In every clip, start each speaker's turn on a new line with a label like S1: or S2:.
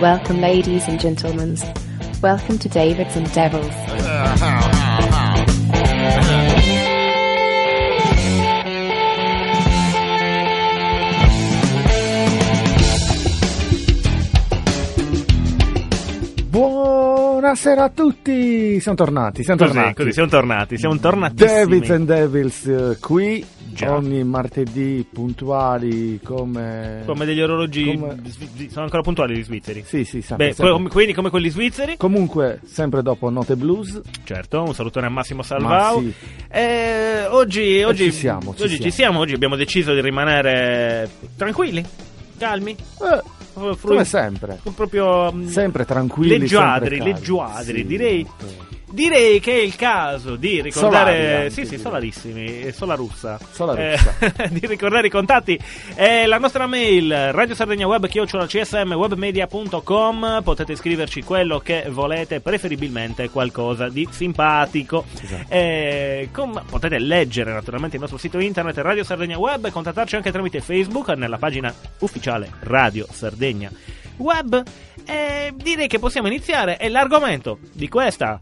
S1: Welcome, ladies and gentlemen. Welcome to Davids and Devils.
S2: Buonasera a tutti, siamo tornati, siamo
S3: Così,
S2: tornati.
S3: così, siamo tornati, siamo tornatissimi.
S2: Davids and Devils eh, qui
S3: Già.
S2: ogni martedì puntuali come...
S3: Come degli orologi,
S2: Come-
S3: svi- sono ancora puntuali gli svizzeri.
S2: Sì, sì, sempre,
S3: Beh,
S2: sempre.
S3: come- quindi come quelli svizzeri,
S2: Comunque, sempre dopo Note Blues, eh,
S3: certo, un salutone a Massimo Salvau.
S2: Ma sì,
S3: Eh, oggi, oggi,
S2: ci siamo, ci
S3: oggi
S2: siamo.
S3: ci siamo, oggi abbiamo deciso di rimanere tranquilli, calmi,
S2: eh,
S3: fru-
S2: come sempre,
S3: proprio mm,
S2: sempre tranquilli,
S3: leggiadri,
S2: sempre calmi.
S3: leggiadri,
S2: Sì,
S3: direi.
S2: sì.
S3: Direi che è il caso di
S2: Solari
S3: ricordare.
S2: anche,
S3: sì, sì,
S2: direi.
S3: solarissimi, eh, solarussa.
S2: Solarussa.
S3: Eh, di ricordare i contatti. Eh, la nostra mail, radiosardegnaweb.csmwebmedia.com. Potete scriverci quello che volete, preferibilmente qualcosa di simpatico.
S2: Esatto.
S3: Eh, com- potete leggere naturalmente il nostro sito internet Radio Sardegna Web e contattarci anche tramite Facebook nella pagina ufficiale Radio Sardegna Web. E direi che possiamo iniziare e l'argomento di questa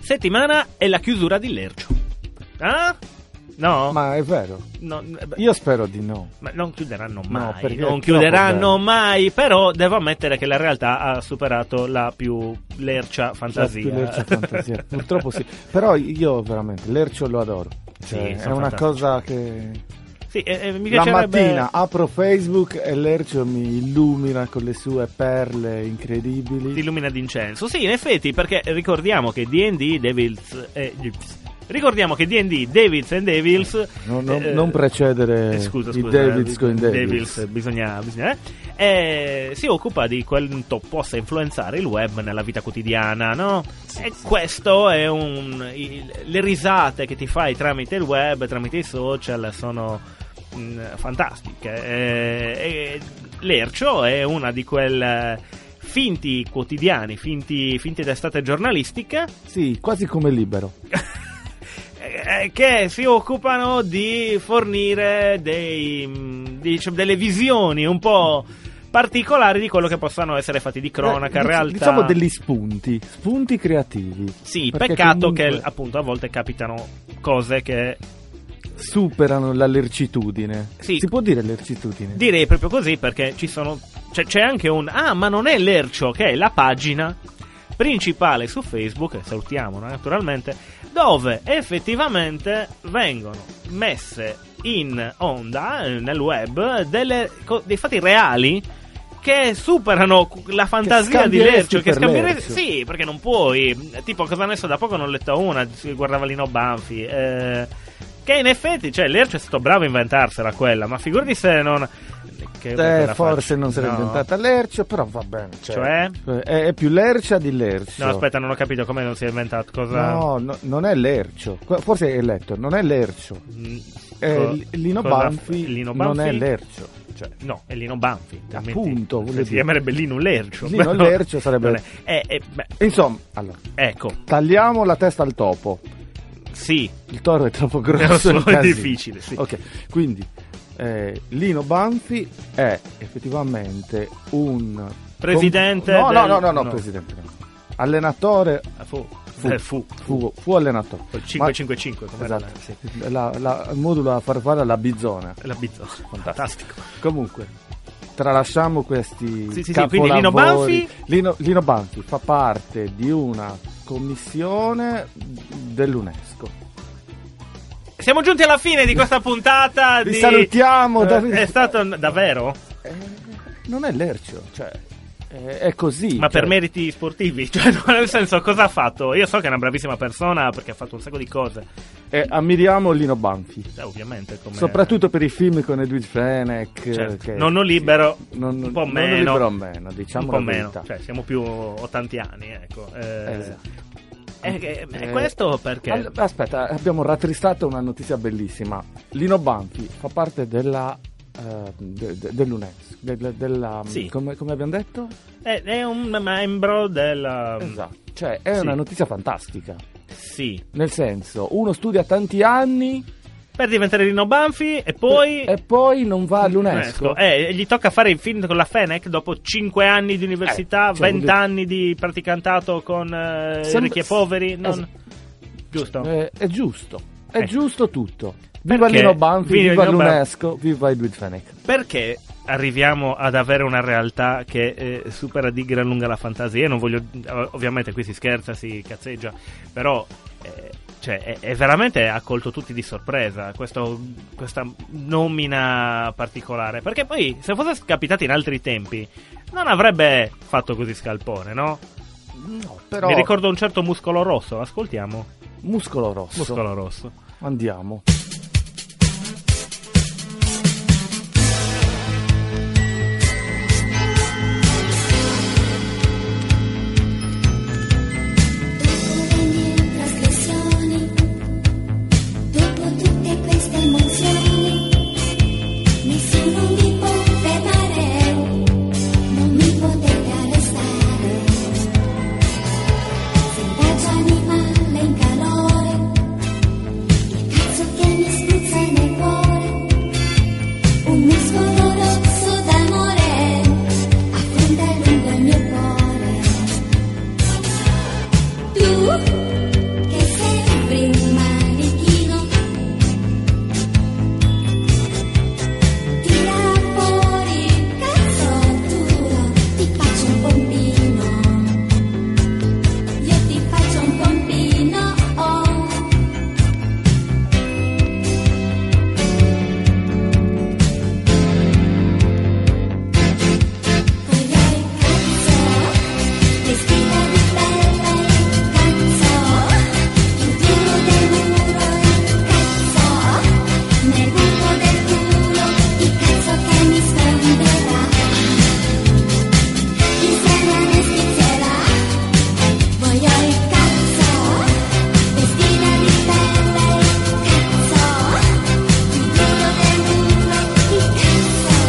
S3: settimana è la chiusura di Lercio. Ah? No?
S2: Ma è vero,
S3: No, eh, beh,
S2: io spero di no.
S3: ma non chiuderanno mai,
S2: perché è
S3: non
S2: troppo
S3: chiuderanno
S2: bello.
S3: mai, però devo ammettere che la realtà ha superato la più lercia fantasia.
S2: La più lercia fantasia. Purtroppo sì. Però io veramente l'ercio lo adoro. Cioè,
S3: Sì,
S2: è
S3: sono
S2: una
S3: fantastici.
S2: cosa che
S3: Sì, eh, eh, mi
S2: la
S3: piacerebbe-
S2: mattina apro Facebook e l'ercio mi illumina con le sue perle incredibili.
S3: Ti illumina d'incenso. Sì, in effetti, perché ricordiamo che D&D Devils eh, Devils. Ricordiamo che D&D Devils and Devils
S2: No, no,
S3: eh,
S2: non precedere
S3: eh, scusa,
S2: i
S3: scusa,
S2: Davids
S3: eh,
S2: con i Davids.
S3: Devils, bisogna, bisogna- eh, eh, si occupa di quanto possa influenzare il web nella vita quotidiana, no? e questo è un il- le risate che ti fai tramite il web, tramite i social sono mh, fantastiche. Eh, e L'ercio è una di quel finti quotidiani, finti, finte d'estate giornalistiche
S2: Sì, quasi come libero.
S3: eh, che si occupano di fornire dei, mh, diciamo, delle visioni un po' particolari di quello che possano essere fatti di cronaca,
S2: Eh, dic-
S3: realtà.
S2: Diciamo degli spunti, spunti creativi.
S3: Sì,
S2: Perché
S3: peccato che
S2: comunque
S3: appunto a volte capitano cose che
S2: superano la lercitudine.
S3: Sì.
S2: Si può dire lercitudine?
S3: direi proprio così perché ci sono c'è, c'è anche un ah, ma non è l'ercio che è la pagina principale su Facebook, e salutiamo no, naturalmente, dove effettivamente vengono messe in onda eh, nel web delle co- dei fatti reali che superano cu- la fantasia di
S2: scambieresti
S3: Lercio che
S2: per
S3: scambieresti
S2: Lercio.
S3: sì perché non puoi tipo cosa ne so da poco ne ho letta una si guardava Lino Banfi eh, che in effetti cioè Lercio è stato bravo a inventarsela quella ma figurati se non che-
S2: Eh,
S3: quella
S2: forse
S3: faccia.
S2: non sarebbe
S3: No.
S2: diventata lercio, però va bene. cioè,
S3: Cioè?
S2: È, è più lercia di lercio.
S3: no aspetta non ho capito come non si è inventato cosa
S2: No, no, non è lercio. Qu- Forse è letto, non è lercio.
S3: Mm,
S2: Eh,
S3: co-
S2: L- Lino,
S3: cosa-
S2: Banfi
S3: Lino
S2: non è
S3: Banfi?
S2: lercio. Cioè,
S3: No, è Lino Banfi. altrimenti-
S2: Appunto, volevo
S3: Si
S2: dire.
S3: chiamerebbe Lino Lercio.
S2: Lino
S3: però-
S2: Lercio sarebbe-
S3: non è- eh, eh, beh,
S2: Insomma, allora,
S3: ecco,
S2: tagliamo la testa al topo.
S3: sì.
S2: Il toro è troppo grosso.
S3: Grosso
S2: è
S3: è
S2: casino.
S3: difficile, sì.
S2: Ok, quindi eh, Lino Banfi è effettivamente un
S3: Presidente
S2: com- No,
S3: del-
S2: no, no, no,
S3: no.
S2: no, presidente. no. Allenatore
S3: Fu.
S2: fu,
S3: Eh, fu.
S2: fu, fu allenatore.
S3: Col 555, come era
S2: Esatto.
S3: la- sì.
S2: La, la, il modulo a farfalla la bizzona.
S3: La bizzo. Fantastico.
S2: Comunque, tralasciamo questi
S3: Sì, sì, sì, quindi
S2: capolavori.
S3: Lino Banfi-
S2: Lino, Lino Banfi fa parte di una commissione dell'UNESCO.
S3: Siamo giunti alla fine di questa puntata.
S2: Vi
S3: di-
S2: salutiamo,
S3: Eh,
S2: Davide.
S3: È stato un- davvero?
S2: Eh, non è lercio, cioè eh, è così.
S3: Ma per
S2: cioè,
S3: meriti sportivi? Cioè, no, nel senso, cosa ha fatto? Io so che è una bravissima persona perché ha fatto un sacco di cose.
S2: eh, ammiriamo Lino Banfi,
S3: Eh, ovviamente, come.
S2: soprattutto per i film con Edwin Fenech. eh,
S3: Certo.
S2: che-
S3: Nonno libero,
S2: non-
S3: un po'
S2: nonno
S3: meno,
S2: libero meno, diciamo
S3: un po'
S2: la
S3: meno,
S2: verità.
S3: cioè siamo più ottantiani, ecco. Eh,
S2: Esatto.
S3: è, che- è
S2: Eh,
S3: questo perché
S2: all- aspetta, abbiamo rattristato una notizia bellissima. Lino Banfi fa parte della. eh, de- de- dell'UNESCO, del- della, mm,
S3: Sì. Mm.
S2: come, come abbiamo detto?
S3: è, è un membro della...
S2: Cioè, è
S3: Sì.
S2: una notizia fantastica.
S3: Sì,
S2: Nel senso, uno studia tanti anni
S3: per diventare Lino Banfi e poi...
S2: E poi non va all'UNESCO.
S3: Eh, gli tocca fare il film con la Fenec dopo 5 anni di università,
S2: Eh, cioè,
S3: 20
S2: voglio-
S3: anni di praticantato con eh,
S2: Sem-
S3: ricchi e poveri. non-
S2: es-
S3: Giusto.
S2: Eh, è giusto, è
S3: Eh.
S2: giusto tutto. Viva
S3: ecco. Perché?
S2: Lino Banfi,
S3: Viva
S2: viva,
S3: Lino Banfi.
S2: l'UNESCO, viva Edwin Fenech.
S3: Perché arriviamo ad avere una realtà che eh, supera di gran lunga la fantasia? Io non voglio. Ovviamente qui si scherza, si cazzeggia, però. eh, cioè, è, è veramente ha colto tutti di sorpresa questo- questa nomina particolare. Perché poi, se fosse capitata in altri tempi, non avrebbe fatto così scalpone, no?
S2: No, però
S3: Mi ricordo un certo muscolo rosso, ascoltiamo.
S2: muscolo rosso.
S3: Muscolo rosso.
S2: Andiamo.
S4: Dopo ogni trasgressione, dopo tutte queste emozioni, nessuno mi poteva dare, non mi potete arrestare. Selvaggio animale in calore, il cazzo che mi spruzza nel cuore, un muscolo rosso d'amore, affronta lungo il mio cuore. Tu che sembri un manichino Tira fuori il cazzo ti faccio un pompino Io ti faccio un pompino oh. Vogliare il cazzo Vestita di pelle, cazzo, più duro del muro, cazzo, nel buco del culo, il cazzo che mi sfonderà, insieme ne schizzerà, voglio il cazzo, vestita di pelle, cazzo, più duro del muro, il cazzo.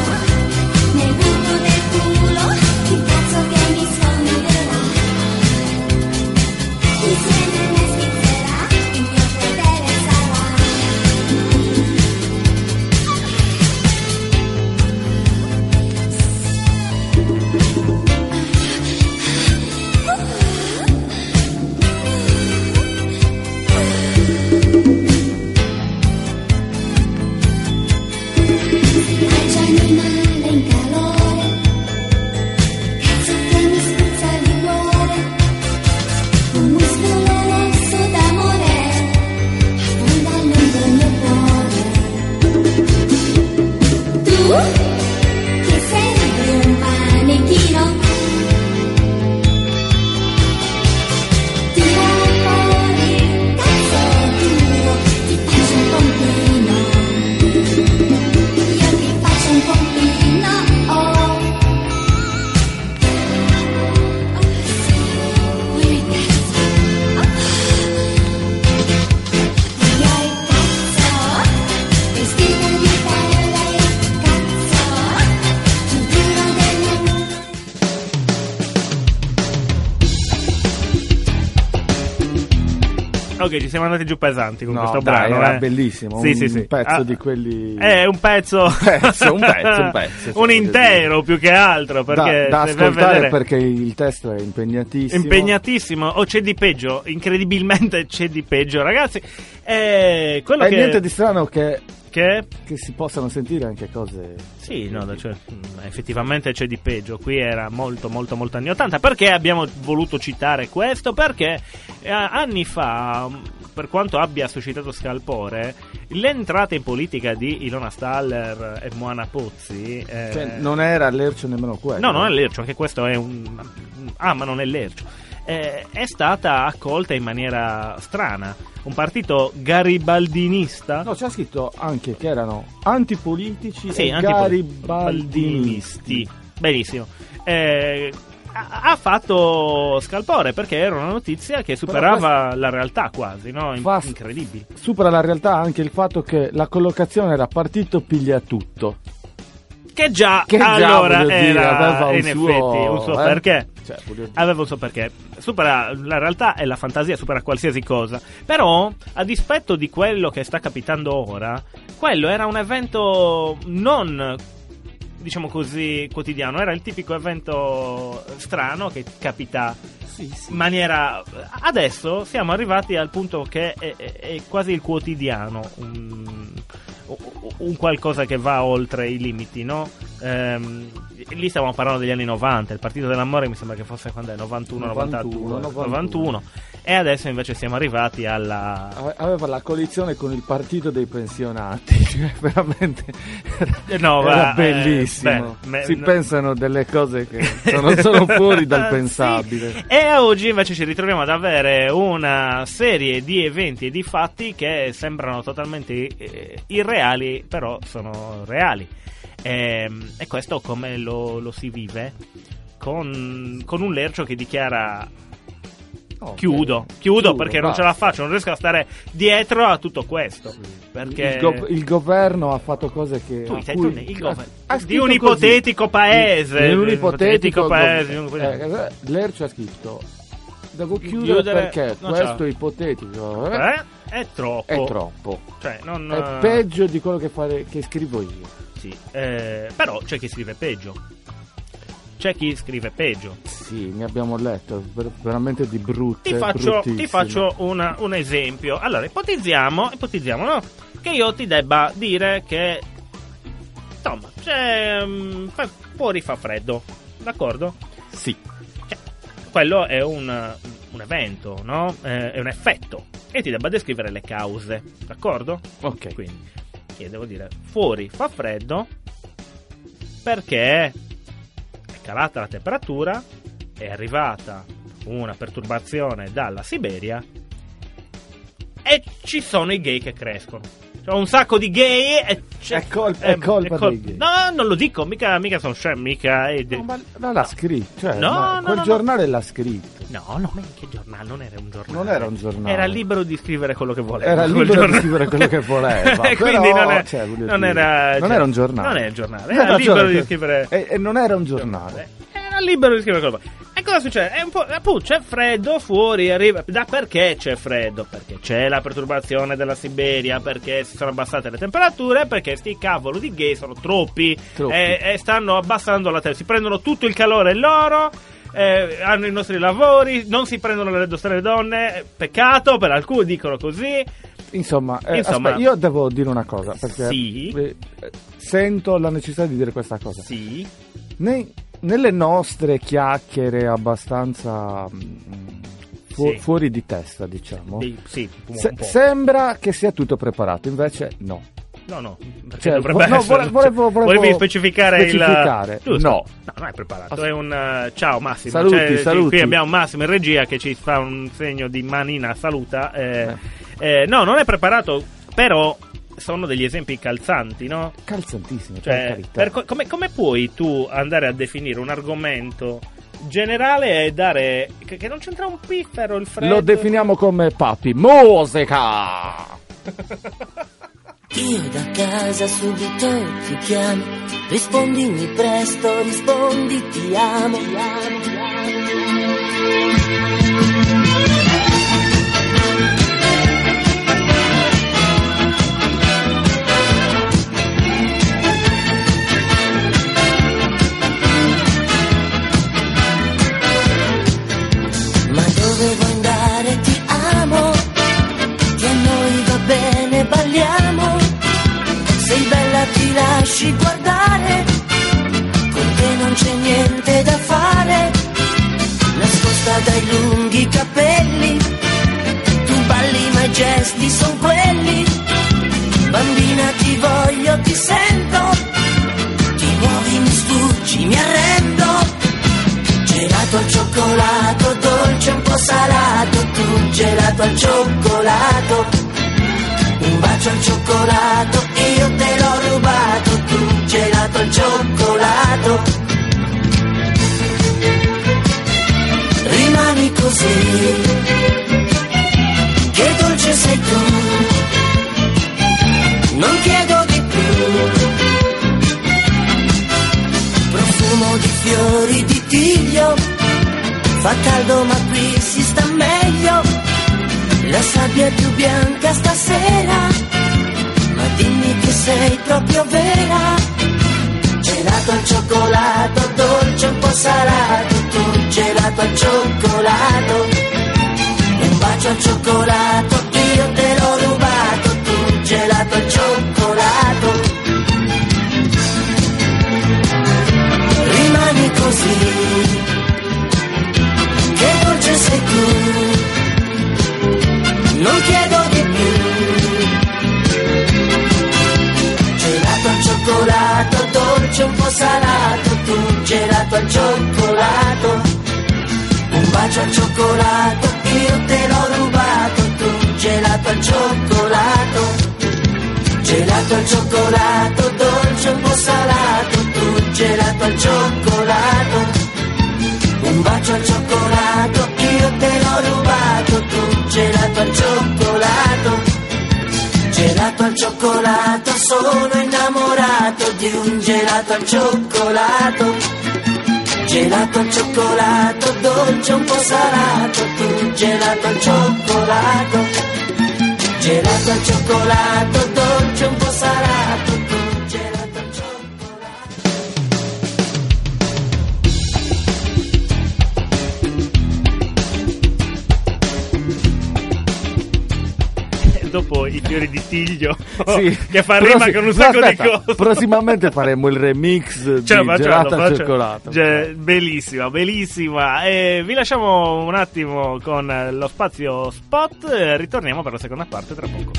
S4: Nel buco del culo, il cazzo che mi sfonderà Insieme mi schizzerà, il mio potere sarà Faccio animale in calore, cazzo che mi spruzza il cuore, un muscolo rosso d'amore, affonda lungo il mio cuore. Tu, che sembri un manichino, tira fuori il cazzo duro, ti faccio un pompino. Io ti faccio un pompino, oh Oh sì, voglio il cazzo Voglio il cazzo Vestito di pelle, cazzo Più duro del muro
S3: Ok, ci siamo andati giù pesanti con
S2: No,
S3: questo
S2: dai,
S3: brano.
S2: era
S3: eh.
S2: bellissimo,
S3: Sì,
S2: un
S3: sì, sì. Ah,
S2: pezzo di quelli-
S3: Eh, un pezzo.
S2: pezzo, un pezzo, un pezzo,
S3: Un
S2: cioè,
S3: intero più che altro.
S2: Da-
S3: Perché
S2: da,
S3: se vai a
S2: ascoltare
S3: vedere-
S2: perché il testo è impegnatissimo.
S3: Impegnatissimo, o c'è di peggio, incredibilmente c'è di peggio, ragazzi. Eh, quello
S2: È
S3: che,
S2: niente di strano che,
S3: che-
S2: che si possano sentire anche cose...
S3: Sì, no, cioè, mm, effettivamente c'è di peggio. Qui era molto, molto, molto anni 80. Perché abbiamo voluto citare questo? Perché eh, anni fa, mm, per quanto abbia suscitato scalpore, l'entrata in politica di Ilona Staller e Moana Pozzi. eh,
S2: Cioè, non era l'ercio nemmeno quello.
S3: No, non è Lercio, anche questo è un... Ah, ma non è Lercio. Eh, è stata accolta in maniera strana. Un partito garibaldinista.
S2: No, c'è scritto anche che erano antipolitici
S3: Sì,
S2: e
S3: anche poi-
S2: garibaldinisti.
S3: baldinisti. Benissimo. Eh, ha ha fatto scalpore perché era una notizia che superava la realtà quasi, no? In-
S2: Fast-
S3: Incredibile.
S2: Supera la realtà anche il fatto che la collocazione era partito piglia tutto.
S3: Che già
S2: Che già,
S3: allora
S2: voglio dire,
S3: era
S2: aveva un
S3: in
S2: suo-
S3: effetti un suo
S2: eh?
S3: perché. Ah,
S2: cioè, voglio dire.
S3: Avevo so perché. Supera la realtà e la fantasia, supera qualsiasi cosa. Però, a dispetto di quello che sta capitando ora, quello era un evento non diciamo così quotidiano, era il tipico evento strano che capita
S2: Sì, sì.
S3: in maniera adesso siamo arrivati al punto che è, è- è quasi il quotidiano un, un qualcosa che va oltre i limiti no? Ehm, lì stavamo parlando degli anni 90 il partito dell'amore mi sembra che fosse quando è 91
S2: 91,
S3: 92 91 e adesso invece siamo arrivati alla
S2: Ave- Aveva la coalizione con il partito dei pensionati, cioè, veramente
S3: Eh,
S2: era,
S3: no,
S2: era
S3: va, eh,
S2: bellissimo.
S3: beh, me-
S2: si
S3: no.
S2: pensano delle cose che sono, sono fuori dal pensabile.
S3: Sì. E oggi invece ci ritroviamo ad avere una serie di eventi e di fatti che sembrano totalmente eh, irreali, però sono reali. Ehm, E, questo come lo, lo si vive? Con, con un lercio che dichiara
S2: No,
S3: chiudo,
S2: beh,
S3: chiudo perché non ce la
S2: basta.
S3: faccio, non riesco a stare dietro a tutto questo. Perché
S2: il, go- il governo ha fatto cose che
S3: Tu,
S2: a
S3: sei-
S2: cui-
S3: tu ne- il
S2: ha-
S3: governo.
S2: ha
S3: Di
S2: scritto
S3: un
S2: così.
S3: ipotetico paese.
S2: Di un
S3: Di un ipotetico
S2: ipotetico
S3: paese.
S2: governo. Eh, Lercio ha scritto devo chiudere,
S3: Chiudere-
S2: perché
S3: non ce la-
S2: questo ipotetico eh,
S3: eh, è troppo.
S2: è troppo
S3: Cioè, non,
S2: è
S3: eh,
S2: peggio di quello che, fare- che scrivo io
S3: sì. Eh, però c'è chi scrive peggio. C'è chi scrive peggio.
S2: sì ne abbiamo letto ver- veramente di brutte
S3: Ti faccio, ti
S2: bruttissime.
S3: faccio una- un esempio. Allora, ipotizziamo, ipotizziamo no? che io ti debba dire che. Insomma, c'è. mm, fa- fuori fa freddo. D'accordo?
S2: sì
S3: Cioè, quello è un, un evento, no? Eh, è un effetto. E ti debba descrivere le cause, d'accordo?
S2: ok
S3: Quindi, che devo dire, fuori fa freddo perché è calata la temperatura, è arrivata una perturbazione dalla Siberia e ci sono i gay che crescono. C'è un sacco di gay e c'è... eh,
S2: È colpa- è colpa dei gay.
S3: No, non lo dico, mica, mica sono scemo, mica... è de-
S2: No, ma ma l'ha scritto cioè,
S3: No,
S2: ma
S3: no,
S2: quel
S3: no, no.
S2: giornale l'ha scritto
S3: No, no, ma che giornale? Non era un giornale.
S2: Non era un giornale.
S3: Era libero di scrivere quello che voleva.
S2: era
S3: quel
S2: libero di
S3: giornale.
S2: scrivere quello che voleva
S3: Quindi
S2: però,
S3: non, è-
S2: cioè, voglio
S3: non
S2: dire,
S3: era,
S2: non
S3: cioè,
S2: era un giornale
S3: Non era un giornale.
S2: No,
S3: Era
S2: ragione,
S3: libero di
S2: cioè,
S3: scrivere.
S2: e, e non era un giornale
S3: Era libero di scrivere quello che voleva. E cosa succede? È un po', appunto, c'è freddo fuori, arriva. Da perché c'è freddo? Perché c'è la perturbazione della Siberia, perché si sono abbassate le temperature, perché sti cavolo di gay sono troppi
S2: Troppi.
S3: e, e stanno abbassando la terra. Si prendono tutto il calore loro. eh, hanno i nostri lavori, non si prendono le nostre donne. eh, Peccato per alcuni dicono così.
S2: Insomma, eh,
S3: Insomma-
S2: aspetta, io devo dire una cosa, perché
S3: Sì.
S2: eh, eh, sento la necessità di dire questa cosa.
S3: Sì,
S2: Nei- nelle nostre chiacchiere abbastanza mm, fu-
S3: Sì.
S2: fuori di testa, diciamo,
S3: dei- sì, un
S2: se-
S3: po'.
S2: sembra che sia tutto preparato, invece no.
S3: No, no, perché
S2: Cioè,
S3: dovrebbe
S2: vo- no,
S3: essere-
S2: vole- volevo- volevo
S3: volevi specificare,
S2: specificare.
S3: il Giusto.
S2: No.
S3: no, non è preparato,
S2: As-
S3: è un eh, ciao Massimo.
S2: Saluti,
S3: Cioè, sì,
S2: saluti.
S3: Qui abbiamo Massimo in regia che ci fa un segno di manina saluta. eh. Eh, no, non è preparato, però sono degli esempi calzanti, no?
S2: Calzantissimo, per
S3: Cioè,
S2: carità.
S3: per co- come, come puoi tu andare a definire un argomento generale e dare che, che non c'entra un piffero il freddo?
S2: Lo definiamo come papi. Musica!
S5: Io da casa subito ti chiamo, rispondimi presto, rispondi ti amo. Ti amo, ti amo. Ma dovevo andare, ti amo, che a noi va bene, balliamo. Sei bella, ti lasci guardare, con te non c'è niente da fare. Nascosta dai lunghi capelli, tu balli ma i gesti sono quelli. Bambina ti voglio, ti sento, ti muovi, mi sfuggi, mi arrendo. Gelato al cioccolato, dolce un po' salato, tu gelato al cioccolato. Un bacio al cioccolato, io te l'ho rubato, tu gelato al cioccolato. Rimani così, che dolce sei tu. Non chiedo di più, profumo di fiori di tiglio, Fa caldo ma qui si sta meglio, la sabbia è più bianca stasera, ma dimmi che sei proprio vera. Gelato al cioccolato, dolce un po' salato, tu gelato al cioccolato. Un bacio al cioccolato, io te l'ho rubato, tu gelato al cioccolato. Rimani così, che dolce sei tu, non chiedo di più. Gelato al cioccolato, dolce un po' salato, tu gelato al cioccolato. Un bacio al cioccolato, io te l'ho rubato, tu gelato al cioccolato. Gelato al cioccolato, dolce un po' salato, tu gelato al cioccolato. Un bacio al cioccolato, io te l'ho rubato, tu gelato al cioccolato. Gelato al cioccolato, sono innamorato di un gelato al cioccolato. Gelato al cioccolato, dolce un po' salato, tu gelato al cioccolato. Gelato al cioccolato, dolce un po' salato, tu gelato al cioccolato.
S3: Dopo i fiori di tiglio
S2: Sì.
S3: Oh, che fa rima
S2: Prosi-
S3: con un sacco di
S2: aspetta,
S3: cose.
S2: Prossimamente faremo il remix di
S3: Ce la faccio,
S2: gelato
S3: la
S2: al
S3: faccio.
S2: cioccolato.
S3: Ge- bellissima, bellissima. E vi lasciamo un attimo con eh, lo spazio spot. eh, Ritorniamo per la seconda parte tra poco.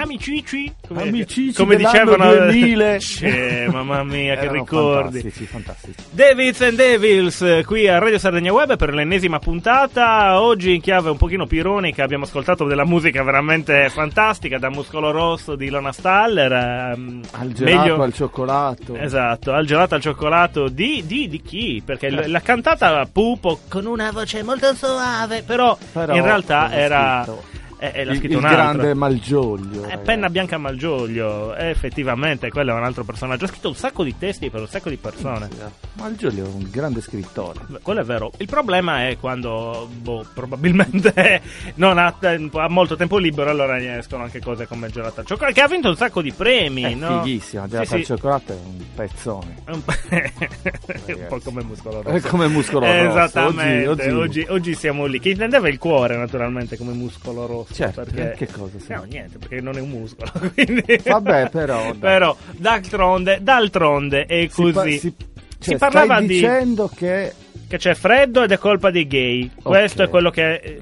S3: Amicici, come,
S2: Amicici
S3: come
S2: dell'anno
S3: dicevano
S2: 2000.
S3: Sì, mamma mia, che
S2: Erano
S3: ricordi.
S2: Fantastici, fantastici.
S3: Davids and Devils eh, qui a Radio Sardegna Web per l'ennesima puntata. Oggi in chiave un pochino più ironica abbiamo ascoltato della musica veramente fantastica da Muscolo Rosso di Lona Staller. ehm,
S2: Al gelato,
S3: meglio-
S2: al cioccolato.
S3: Esatto, al gelato al cioccolato di, di- di chi? Perché l- la cantata Pupo con una voce molto soave, però,
S2: Però
S3: in realtà
S2: cosa
S3: era...
S2: scritto?
S3: eh, eh, l'ha
S2: Il,
S3: scritto
S2: il
S3: un altro.
S2: grande Malgioglio.
S3: È
S2: ragazzi.
S3: Penna Bianca Malgioglio, eh, effettivamente, quello è un altro personaggio. Ha scritto un sacco di testi per un sacco di persone.
S2: Malgioglio è un grande scrittore.
S3: Quello è vero. Il problema è quando, boh, probabilmente non ha, tempo- ha molto tempo libero, allora ne escono anche cose come Gelata al Cioccolato, che ha vinto un sacco di premi,
S2: È
S3: no?
S2: Eh, fighissimo.
S3: Sì,
S2: Gelato
S3: sì.
S2: al cioccolato è un pezzone.
S3: È un, po'- è un po' come muscolo rosso.
S2: È come muscolo rosso.
S3: Esattamente.
S2: Oggi-
S3: Oggi,
S2: oggi-
S3: oggi siamo lì. Che intendeva il cuore, naturalmente, come muscolo rosso.
S2: Certo,
S3: perché-
S2: che cosa, sì.
S3: No, niente, perché non è un muscolo. quindi-
S2: Vabbè, però, dai.
S3: Però, d'altronde, d'altronde è
S2: Si pa-
S3: così.
S2: si-
S3: Si
S2: cioè,
S3: parlava
S2: stai
S3: di-
S2: dicendo che
S3: Che c'è freddo ed è colpa dei gay.
S2: Ok.
S3: Questo è quello che. eh,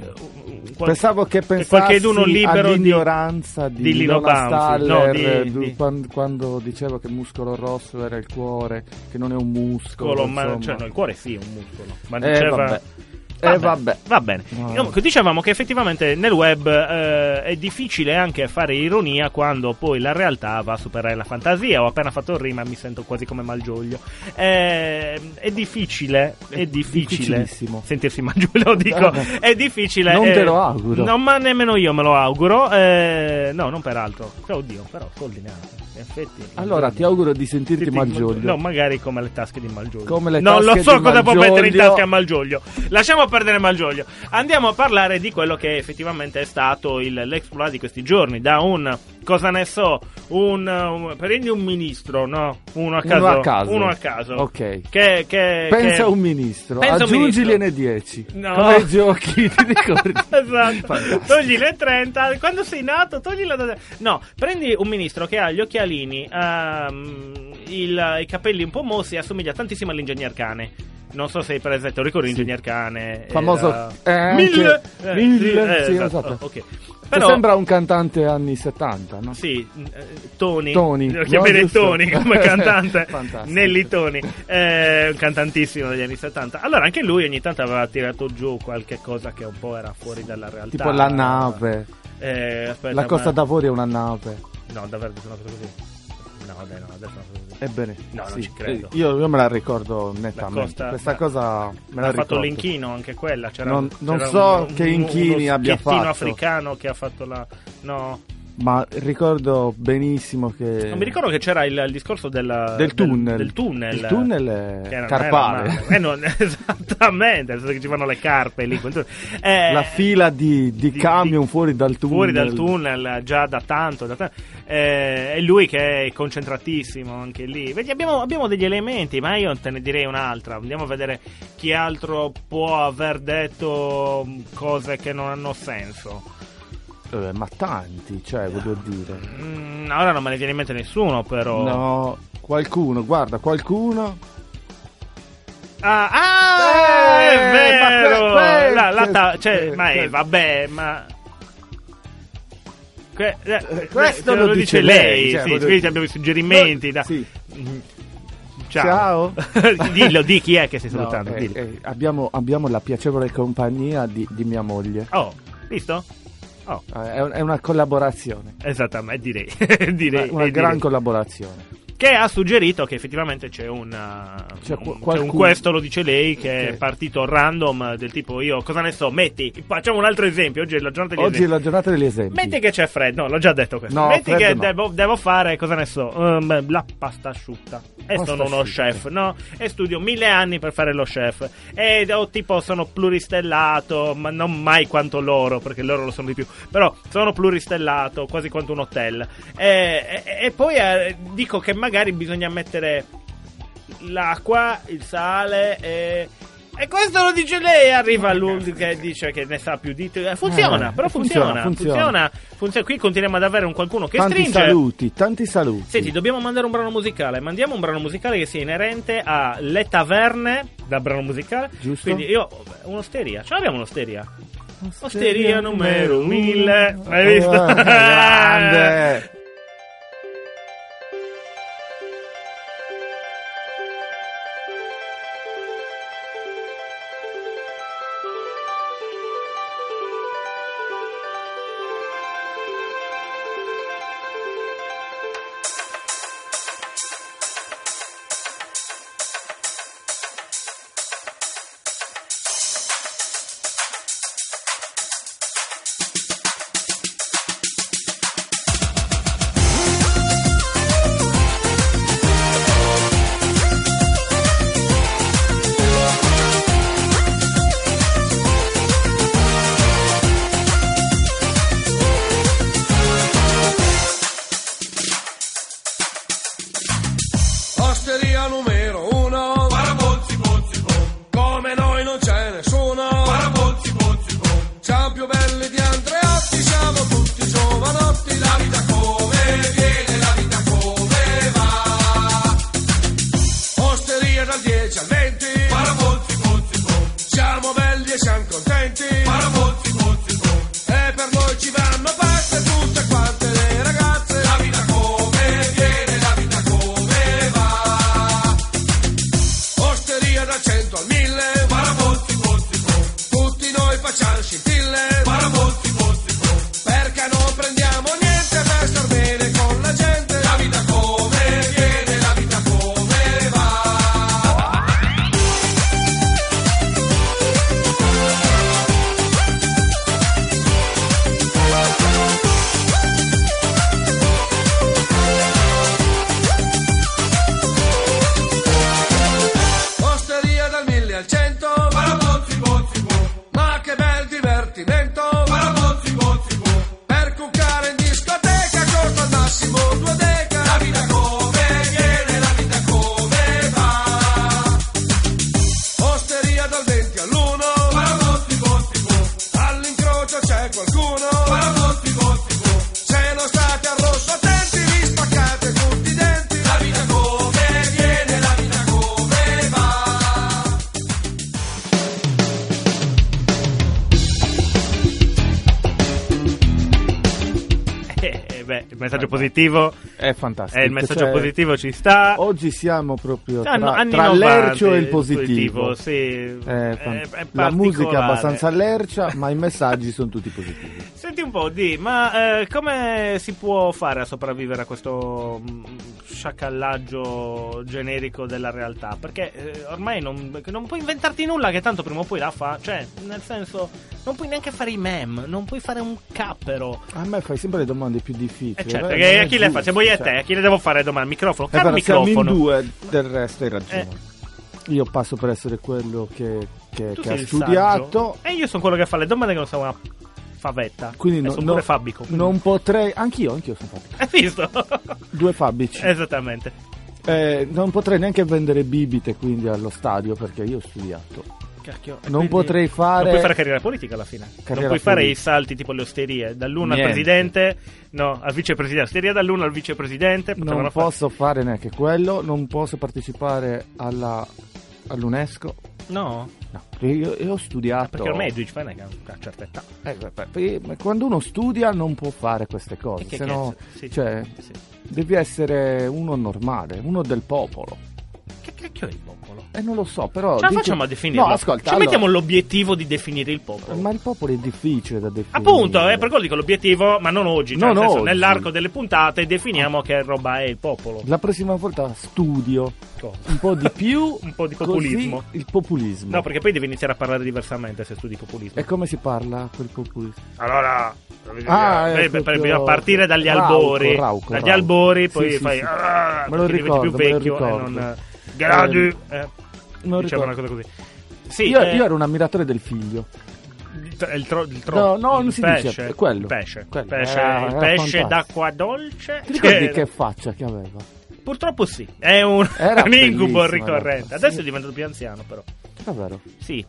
S3: qual-
S2: Pensavo che pensassi
S3: qualcheduno libero di-
S2: all'ignoranza di,
S3: di Lino
S2: Lola
S3: Banfi,
S2: Staller,
S3: no, di-
S2: du-
S3: di-
S2: Quando, quando dicevo che muscolo rosso era il cuore, che non è un muscolo.
S3: muscolo, ma
S2: insomma.
S3: cioè, no, il cuore sì è un muscolo. Ma
S2: Eh,
S3: diceva-
S2: vabbè.
S3: Va
S2: Eh,
S3: bene,
S2: vabbè.
S3: Va bene.
S2: No.
S3: Comunque, dicevamo che effettivamente nel web eh, è difficile anche fare ironia quando poi la realtà va a superare la fantasia. Ho appena fatto rima, mi sento quasi come Malgioglio. Eh, è difficile, è,
S2: È
S3: difficile
S2: difficilissimo. Eh,
S3: sentirsi Malgioglio, dico.
S2: Vabbè.
S3: È difficile.
S2: Non
S3: eh,
S2: te lo auguro.
S3: No, ma nemmeno io me lo auguro. Eh, no, non peraltro. Cioè, oddio, però coordinato. In effetti.
S2: Allora, ti auguro di sentirti
S3: Senti,
S2: Malgioglio.
S3: No, magari come le tasche di Malgioglio.
S2: Come le
S3: non lo
S2: tasche
S3: so
S2: di
S3: cosa può mettere in
S2: Malgioglio.
S3: tasca a Malgioglio. Lasciamo perdere Malgioglio. Andiamo a parlare di quello che effettivamente è stato il, l'exploit di questi giorni. Da un, cosa ne so, un, un- prendi un ministro, no? Uno a caso.
S2: uno a caso.
S3: Uno a caso.
S2: Ok.
S3: Che, che,
S2: Pensa
S3: Eh, che-
S2: a un ministro,
S3: Pensa a un
S2: aggiungigliene
S3: ministro.
S2: 10.
S3: No.
S2: Come i giochi, ti ricordi?
S3: esatto.
S2: Fantastico.
S3: Togli le 30. Quando sei nato, togli la. No, prendi un ministro che ha gli occhialini, ehm, il- i capelli un po' mossi, assomiglia tantissimo all'ingegner cane. Non so se hai presente, ricordi l'ingegner cane?
S2: Famoso-
S3: Era-
S2: eh, anche-
S3: mille. eh,
S2: mille, sì, esatto.
S3: ok.
S2: Che
S3: Però,
S2: sembra un cantante anni 70, no?
S3: sì, eh, Tony.
S2: Tony,
S3: Lo chiamerei
S2: no, giusto.
S3: Tony come cantante.
S2: Fantastico.
S3: Nelly Tony, eh, un cantantissimo degli anni 70. Allora, anche lui ogni tanto aveva tirato giù qualche cosa che un po' era fuori dalla realtà.
S2: Tipo la nave.
S3: Eh, aspetta,
S2: La Costa
S3: ma-
S2: d'Avorio è una nave.
S3: No, davvero, detto una cosa così. No, dai, no, adesso no.
S2: Ebbene,
S3: No, non
S2: sì.
S3: ci credo.
S2: Eh, Io, io me la ricordo nettamente.
S3: Costa-
S2: Questa
S3: la-
S2: cosa me la
S3: ha
S2: ricordo.
S3: fatto l'inchino anche quella. C'era,
S2: Non- non
S3: c'era
S2: so
S3: un-
S2: che
S3: un-
S2: inchini
S3: uno
S2: abbia
S3: schiettino
S2: fatto.
S3: africano che ha fatto la. No,
S2: Ma ricordo benissimo che.
S3: non mi ricordo che c'era il, il discorso della-
S2: Eh. Del tunnel.
S3: Del, tunnel.
S2: Il tunnel è
S3: Che era- non era
S2: Eh, carpale.
S3: male. Eh, non- esattamente, nel senso che ci fanno le carpe lì. quel tunnel. Eh,
S2: La fila di, di camion fuori dal tunnel.
S3: Fuori dal tunnel già da tanto. da ta- eh, è lui che è concentratissimo anche lì. Vedi, abbiamo, abbiamo degli elementi, ma io te ne direi un'altra. Andiamo a vedere chi altro può aver detto mh, cose che non hanno senso.
S2: Eh, ma tanti, cioè, voglio dire.
S3: Mm, ora non me ne viene in mente nessuno, però.
S2: No, qualcuno, guarda, qualcuno.
S3: Ah, ah,
S2: Eh,
S3: è vero!
S2: ma que- que-
S3: La- la ta- cioè,
S2: que-
S3: ma eh,
S2: que-
S3: vabbè, ma. Que- eh, eh,
S2: Questo
S3: lo dice lei,
S2: cioè,
S3: sì,
S2: voglio-
S3: quindi abbiamo i suggerimenti.
S2: No,
S3: da-
S2: sì.
S3: Mm, Ciao. Dillo, di chi è che stai
S2: No,
S3: salutando.
S2: eh,
S3: dillo.
S2: eh, abbiamo, abbiamo la piacevole compagnia di, di mia moglie.
S3: Oh, visto? Oh,
S2: Eh, È, un- è una collaborazione.
S3: esattamente, direi. direi
S2: Una
S3: eh,
S2: gran
S3: direi.
S2: collaborazione.
S3: Che ha suggerito che effettivamente c'è un. uh,
S2: C'è
S3: un-
S2: qu-
S3: c'è
S2: qualcuno-
S3: un questo lo dice lei che è
S2: Ok.
S3: partito random del tipo io cosa ne so, metti, facciamo un altro esempio, oggi è la giornata di
S2: Oggi è la giornata degli esempi.
S3: Metti che c'è freddo, no, l'ho già detto questo.
S2: No,
S3: Metti
S2: freddo
S3: che
S2: no.
S3: devo, devo fare, cosa ne so, ehm, la pasta asciutta. E
S2: Pasta
S3: sono uno
S2: asciutta.
S3: chef, no? E studio mille anni per fare lo chef. E ho tipo sono pluristellato, ma non mai quanto loro, perché loro lo sono di più. Però sono pluristellato, quasi quanto un hotel. E, e- e poi eh, dico che magari bisogna mettere l'acqua, il sale e... E questo lo dice lei, arriva lui che dice che ne sa più di te. Funziona,
S2: Eh,
S3: però
S2: funziona,
S3: funziona, funziona,
S2: funziona.
S3: funziona. Qui continuiamo ad avere un qualcuno che
S2: tanti
S3: stringe.
S2: saluti, tanti saluti.
S3: Senti, dobbiamo mandare un brano musicale. Mandiamo un brano musicale che sia inerente a Le Taverne, da brano musicale.
S2: Giusto.
S3: Quindi io, un'osteria. Ce l'abbiamo un'osteria? Osteria
S2: Osteria
S3: numero
S2: numero
S3: 1000.
S2: uno.
S3: Hai visto?
S2: Eh, grande.
S6: Osteria numero uno. Parabozzi, pozzi, bom. Come noi non c'è nessuno. Parabozzi, pozzi, bom. Siamo più belli di Andreotti, siamo tutti giovanotti. La vita come viene, la vita come va. Osteria dal 10 al 20. Parabozzi, pozzi, bom. Siamo belli e siamo contenti. Parabozzi, pozzi, bom. E per noi ci vanno fatte tutte quante le ragazze. La vita come viene, la vita come va. Osteria da 100 al 1000. Parabotti, botti, bo. Tutti noi facciamo scintille. Parabotti, botti, bo. Perché non prendiamo niente per star bene con la gente. La vita come viene, la vita come va. Osteria dal 1000 al 100. Parabotti, botti, bo. Ma che bel divertimento. Parabotti, botti, bo. Per cuccare in discoteca costa al massimo due deca. La vita come viene, la vita come va. Osteria dal 20 all'1. Parabotti, botti, bo. All'incrocio c'è qualcuno. Parabotti, botti, bo. Se non state al rosso attenti, vi spaccate tutti i denti. La vita come viene, la vita come va.
S3: Eh, eh, beh, il messaggio positivo.
S2: È fantastico.
S3: E Eh, il messaggio
S2: cioè,
S3: positivo ci sta.
S2: Oggi siamo proprio tra,
S3: Anno- anni
S2: tra
S3: 90,
S2: l'ercio e il positivo.
S3: sì.
S2: È
S3: È-
S2: fan-
S3: è
S2: la musica è
S3: particolare.
S2: abbastanza lercia, ma i messaggi sono tutti positivi.
S3: Senti un po', di, ma eh, come si può fare a sopravvivere a questo mm, sciacallaggio generico della realtà. Perché eh, ormai non, non puoi inventarti nulla che tanto prima o poi la fa. Cioè, nel senso, non puoi neanche fare i meme, non puoi fare un cappero.
S2: A me fai sempre le domande più difficili.
S3: E certo,
S2: Beh,
S3: perché
S2: Cioè, non
S3: a
S2: è
S3: chi le fa?
S2: giusto,
S3: Siamo io e
S2: cioè.
S3: te, a chi le devo fare domani? Microfono,
S2: Eh,
S3: caro
S2: guarda, siamo in
S3: microfono. Eh.
S2: due, del resto hai ragione. Io passo per essere quello che, che-
S3: Tu
S2: che
S3: sei
S2: ha
S3: il
S2: studiato.
S3: saggio. E io sono quello che fa le domande che non sono una favetta.
S2: Quindi
S3: E
S2: no-
S3: sono
S2: no-
S3: pure fabico. quindi-
S2: non potrei. Anch'io, anch'io sono fabico.
S3: Hai visto?
S2: Due fabici.
S3: Esattamente.
S2: Eh, non potrei neanche vendere bibite quindi allo stadio perché io ho studiato.
S3: Cacchio, e
S2: Non
S3: quindi
S2: potrei fare-
S3: Non puoi fare carriera politica alla fine.
S2: Carriera
S3: non puoi fare i
S2: politica.
S3: salti tipo le osterie. Dall'uno al
S2: Niente.
S3: presidente, no, al vicepresidente. Osteria dall'uno al vicepresidente.
S2: Non
S3: potevano fare-
S2: posso fare neanche quello, non posso partecipare alla- all'UNESCO.
S3: No,
S2: No, perché io, io ho studiato.
S3: perché ormai Edwidge Fan è una certa età.
S2: Eh, beh, beh, perché- ma quando uno studia non può fare queste cose,
S3: E che
S2: se no
S3: cazzo, sì.
S2: cioè,
S3: Sì.
S2: devi essere uno normale, uno del popolo.
S3: Che cacchio è il popolo?
S2: E non lo so, però...
S3: Ce la
S2: dici-
S3: facciamo a definirlo.
S2: No, ascolta,
S3: Ci
S2: allora-
S3: mettiamo l'obiettivo di definire il popolo.
S2: Ma il popolo è difficile da definire.
S3: Appunto, eh, per quello dico l'obiettivo, ma non oggi. Cioè,
S2: Non
S3: nel senso,
S2: oggi.
S3: nell'arco delle puntate definiamo che roba è il popolo. Ecco.
S2: La prossima volta studio
S3: Cosa?
S2: un po' di più...
S3: Un po' di
S2: così
S3: populismo.
S2: il populismo.
S3: No, perché poi devi iniziare a parlare diversamente se studi populismo.
S2: E come si parla quel populismo?
S3: Allora,
S2: Ah,
S3: eh,
S2: è
S3: beh,
S2: proprio-
S3: bisogna partire dagli
S2: Rauco,
S3: albori.
S2: Rauco,
S3: dagli
S2: Rauco.
S3: albori,
S2: Sì,
S3: poi
S2: sì,
S3: fai.
S2: sì.
S3: "Ah",
S2: Me lo
S3: perché diventi
S2: ricordo, me lo
S3: più vecchio
S2: ricordo.
S3: e non. Gradi.
S2: Eh,
S3: eh,
S2: Non ricordo.
S3: diciamo una cosa così. Sì,
S2: io,
S3: eh,
S2: io ero un ammiratore del figlio.
S3: il tro- il, tro, il tro-
S2: No, no,
S3: il
S2: non si
S3: pesce,
S2: dice, quello.
S3: il pesce,
S2: Quello.
S3: il pesce,
S2: Era-
S3: il
S2: era
S3: pesce
S2: fantastico.
S3: d'acqua dolce.
S2: Ti ricordi
S3: Cioè,
S2: che faccia che aveva?
S3: Purtroppo sì, è un,
S2: Era
S3: un incubo
S2: bellissimo,
S3: ricorrente.
S2: era-
S3: Adesso
S2: sì.
S3: è diventato più anziano, però.
S2: Davvero?
S3: Sì.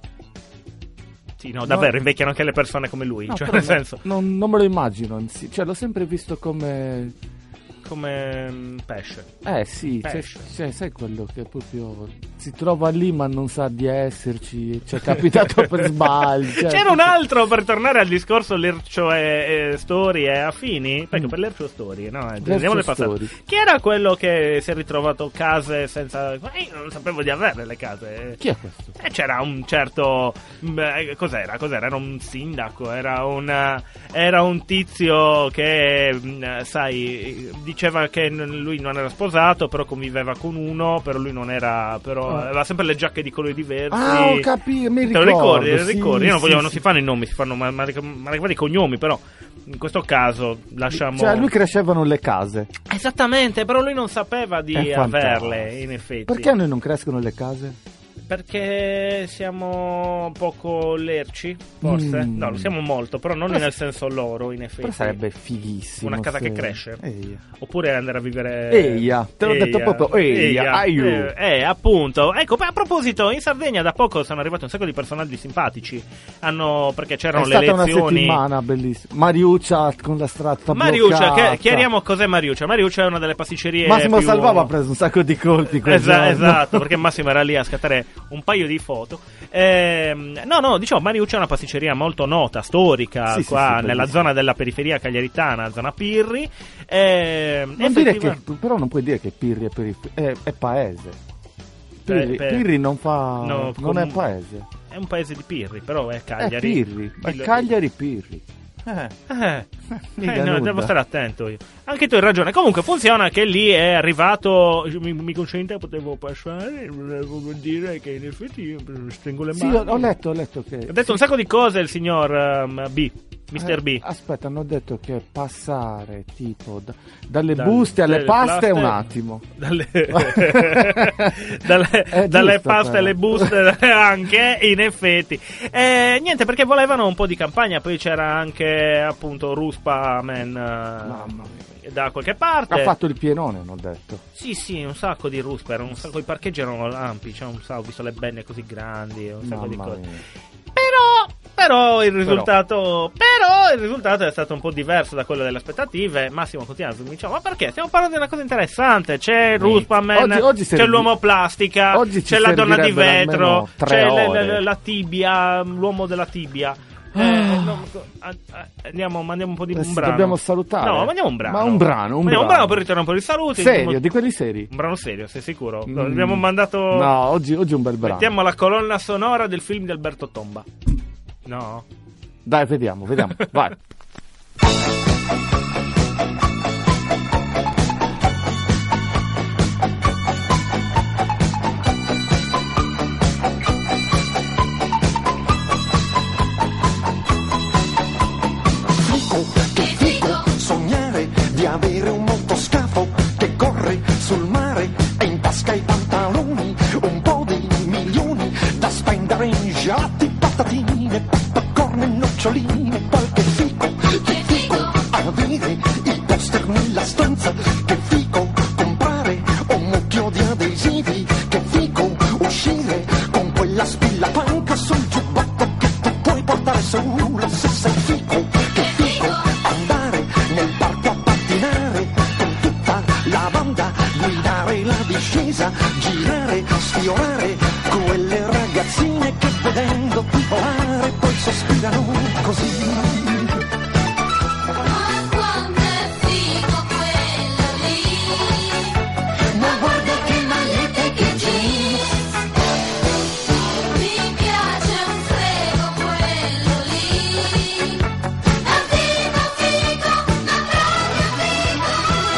S3: Sì, no, davvero,
S2: No.
S3: invecchiano anche le persone come lui.
S2: No,
S3: cioè,
S2: però
S3: nel
S2: no-
S3: senso,
S2: Non, non me lo immagino, anzi. cioè l'ho sempre visto come...
S3: come mm, pesce.
S2: Eh sì, cioè,
S3: Pesce.
S2: cioè, sai quello che proprio si trova lì ma non sa di esserci, cioè è capitato per sbaglio. cioè-
S3: C'era un altro per tornare al discorso Lercio e, e Story e affini. Perché
S2: Mm.
S3: Ecco, per Lercio Story, no? eh,
S2: Lercio
S3: Andiamo nel passato.
S2: Story.
S3: Chi era quello che si è ritrovato case senza. Ma io non sapevo di avere le case.
S2: Chi è questo?
S3: E c'era un certo. beh, Cos'era? Cos'era? Era un sindaco, era un. Era un tizio che, mh, sai, diceva che n- lui non era sposato, però conviveva con uno, però lui non era. Però
S2: Ah.
S3: aveva sempre le giacche di colori diversi.
S2: Ah, ho capito, mi
S3: Te lo ricordi?
S2: ricordo, sì,
S3: ricordi? Io non,
S2: sì,
S3: voglio-
S2: sì.
S3: non si fanno i nomi, si fanno mal- mal- maleducati i cognomi, però in questo caso lasciamo.
S2: Cioè a lui crescevano le case.
S3: Esattamente, però lui non sapeva di
S2: È fantastico.
S3: averle, in effetti.
S2: Perché a noi non crescono le case?
S3: Perché siamo poco lerci, forse?
S2: Mm.
S3: No, lo siamo molto, però non
S2: Però-
S3: nel senso loro, in effetti.
S2: Però sarebbe fighissimo.
S3: Una casa
S2: se-
S3: che cresce.
S2: Eia.
S3: Oppure andare a vivere...
S2: Eia, te l'ho detto proprio, eia, aiu.
S3: Eh, eh, appunto. Ecco, poi a proposito, in Sardegna da poco sono arrivati un sacco di personaggi simpatici. Hanno... perché
S2: È
S3: c'erano le
S2: stata una
S3: elezioni...
S2: settimana bellissima. Mariuccia con la strada
S3: Mariuccia,
S2: bloccata.
S3: che- chiariamo cos'è Mariuccia. Mariuccia è una delle pasticcerie
S2: Massimo
S3: più-
S2: Salvavo ha preso un sacco di colpi. quel
S3: Esa-
S2: giorno.
S3: esatto, perché Massimo era lì a scattare un paio di foto. Ehm, no, no, diciamo, Mariuccia è una pasticceria molto nota, storica,
S2: Sì, sì, sì,
S3: qua nella
S2: bellissima.
S3: zona della periferia cagliaritana, zona Pirri. Ehm,
S2: Non dire
S3: effettiva-
S2: che- però non puoi dire che Pirri è, perif- è, è paese.
S3: Beh,
S2: Pirri,
S3: beh,
S2: Pirri non fa.
S3: No,
S2: non
S3: com-
S2: è paese.
S3: È un paese di Pirri, però è
S2: È
S3: Cagliari.
S2: Eh, Pirri. È
S3: Il-
S2: Cagliari Pirri. Eh,
S3: Eh,
S2: mica
S3: eh, no,
S2: nuda.
S3: devo stare attento io. Anche tu hai ragione. Comunque funziona che lì è arrivato. Mi, mi consente, potevo passare. Volevo dire che in effetti io stringo le
S2: Sì,
S3: mani.
S2: ho, ho letto, ho letto che.
S3: Ha detto un sacco di cose il signor ehm, B, Mr.
S2: Eh,
S3: B.
S2: Aspetta, hanno detto che passare tipo da- dalle
S3: Dal-
S2: buste alle
S3: dalle
S2: paste è un
S3: paste-
S2: attimo.
S3: Dalle, dalle,
S2: È
S3: dalle
S2: giusto,
S3: paste
S2: però.
S3: alle buste anche in effetti Eh, niente perché volevano un po' di campagna poi c'era anche appunto Ruspa Man eh,
S2: Mamma mia.
S3: da qualche
S2: Ha
S3: parte
S2: fatto il pienone, hanno detto.
S3: sì sì un sacco di Ruspa erano un sacco i parcheggi erano ampi cioè un sacco ho visto le benne così grandi un sacco di
S2: Mamma
S3: cose
S2: mia.
S3: Però, però il risultato. Però. il risultato è stato un po' diverso da quello delle aspettative. Massimo continua mi diceva: Ma perché? Stiamo parlando di una cosa interessante. C'è il Ruspaman,
S2: Oggi- oggi
S3: c'è
S2: servi-
S3: l'uomo plastica,
S2: Oggi ci
S3: c'è la donna di
S2: servirebbero
S3: vetro,
S2: almeno tre
S3: c'è le-
S2: ore.
S3: le- la tibia, mm, l'uomo della tibia. Eh, no, ah, ah, andiamo, mandiamo un po' di
S2: Eh
S3: un
S2: sì,
S3: brano.
S2: dobbiamo salutare.
S3: No, mandiamo un brano.
S2: Ma un brano, un
S3: Mandiamo
S2: brano.
S3: per ritornare un po' di saluti.
S2: Serio, di quelli seri.
S3: Un brano serio, sei sicuro?
S2: Mm.
S3: Abbiamo mandato.
S2: No, oggi, oggi è un bel brano.
S3: Mettiamo la colonna sonora del film di Alberto Tomba. No.
S2: Dai, vediamo, vediamo. Vai.
S7: avere un motoscafo che corre sul mare e in tasca i pantaloni, un po' di milioni da spendere in gelati, patatine, popcorn e noccioline, qualche fico, che fico avere il poster nella stanza, che fico comprare un mucchio di adesivi, che fico uscire con quella spilla panca sul giubbotto che tu puoi portare solo se sei fico, che fico andare nel parco a pattinare con tutta la banda, guidare la discesa, girare, sfiorare quelle ragazzine che vedendo volare poi sospirano così.
S4: Ma quanto è figo quello lì
S7: Ma guarda che magliette che jeans
S4: Mi piace un frego quello lì È figo, figo, ma proprio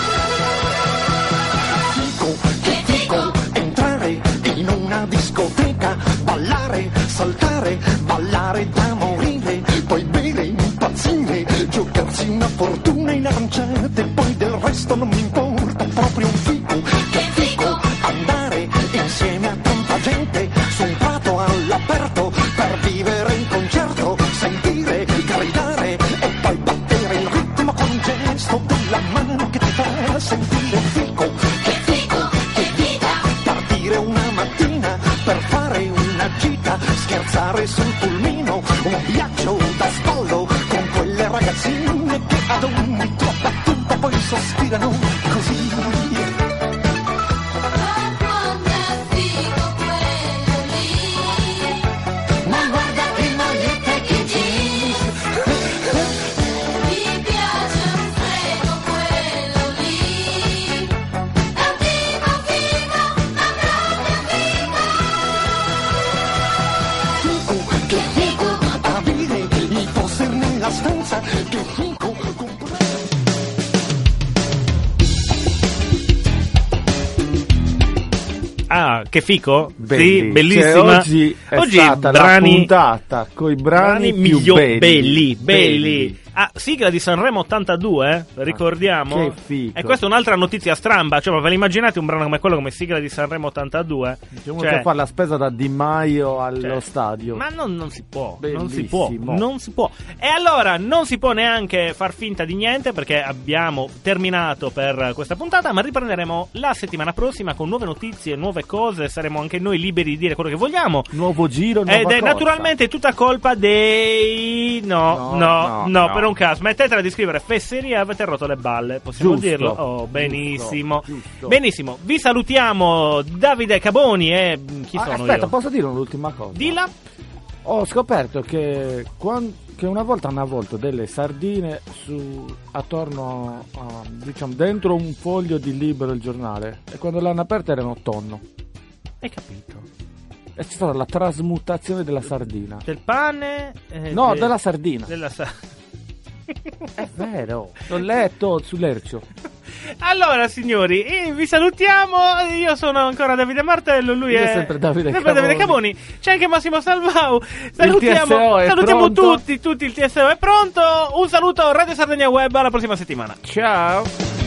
S7: Fico, che fico Entrare in una discoteca Ballare, saltare, ballare da morire Poi bere, impazzire Giocarsi una fortuna in aranciate Poi del resto non mi importa Proprio un fico, che fico Andare insieme a tanta gente Su un prato all'aperto Per vivere in concerto Sentire, gridare E poi battere il ritmo con un gesto Della mano che ti fa sentire fico Che fico, che vita Partire una mattina per fare una gita Scherzare sul pulmino Un viaggio da spallo Con quelle ragazzine che ad ogni tua battuta Poi sospirano così
S4: Ma quanto è figo quello lì
S7: Ma guarda che maglietta che jeans
S4: Mi piace un frego quello lì È figo, figo, ma proprio
S7: Fico, che fico Avere i poster nella stanza Che fico comprare
S3: Ah, che fico?
S2: Belli.
S3: Sì,
S2: Cioè,
S3: bellissima.
S2: oggi è stata la puntata coi brani, più
S3: miglio-
S2: belli.
S3: belli, belli.
S2: Belli.
S3: Ah, sigla di Sanremo 82, ricordiamo.
S2: Ah, che fico.
S3: E questa è un'altra notizia stramba, cioè ma ve l'immaginate un brano come quello come sigla di Sanremo 82?
S2: Diciamo
S3: Cioè-
S2: che fa la spesa da Di Maio allo
S3: cioè,
S2: stadio.
S3: Ma non, non si può, non si può,
S2: Bellissimo.
S3: non si può. E allora non si può neanche far finta di niente perché abbiamo terminato per questa puntata, ma riprenderemo la settimana prossima con nuove notizie, nuove cose, saremo anche noi liberi di dire quello che vogliamo.
S2: Nuovo giro, nuova
S3: Ed è
S2: corsa.
S3: naturalmente tutta colpa dei... No,
S2: No,
S3: no, no,
S2: no,
S3: no,
S2: no.
S3: per un caso. Smettetela di scrivere fesseria, avete rotto le balle, possiamo
S2: Giusto,
S3: dirlo? Oh,
S2: giusto,
S3: benissimo.
S2: giusto.
S3: Benissimo, vi salutiamo Davide Caboni e... mm, Chi
S2: Ah,
S3: sono
S2: aspetta,
S3: io?
S2: posso dire un'ultima cosa?
S3: Dilla?
S2: Ho scoperto che, quan- che una volta hanno avvolto delle sardine su, attorno, a- diciamo, dentro un foglio di libero il giornale e quando l'hanno aperta erano tonno.
S3: Hai capito.
S2: E c'è stata la trasmutazione della sardina.
S3: Del pane? eh,
S2: No,
S3: de-
S2: della sardina.
S3: della sa-
S2: È vero, l'ho letto sull'ercio.
S3: Allora, signori, eh, vi salutiamo. Io sono ancora Davide Martello. Lui
S2: Io
S3: è
S2: sempre Davide
S3: sempre Davide
S2: Cavoni.
S3: C'è anche Massimo Salvau. Salutiamo,
S2: TSO è
S3: salutiamo
S2: pronto.
S3: tutti. Tutti il TSO è pronto. Un saluto, Radio Sardegna Web. Alla prossima settimana.
S2: Ciao.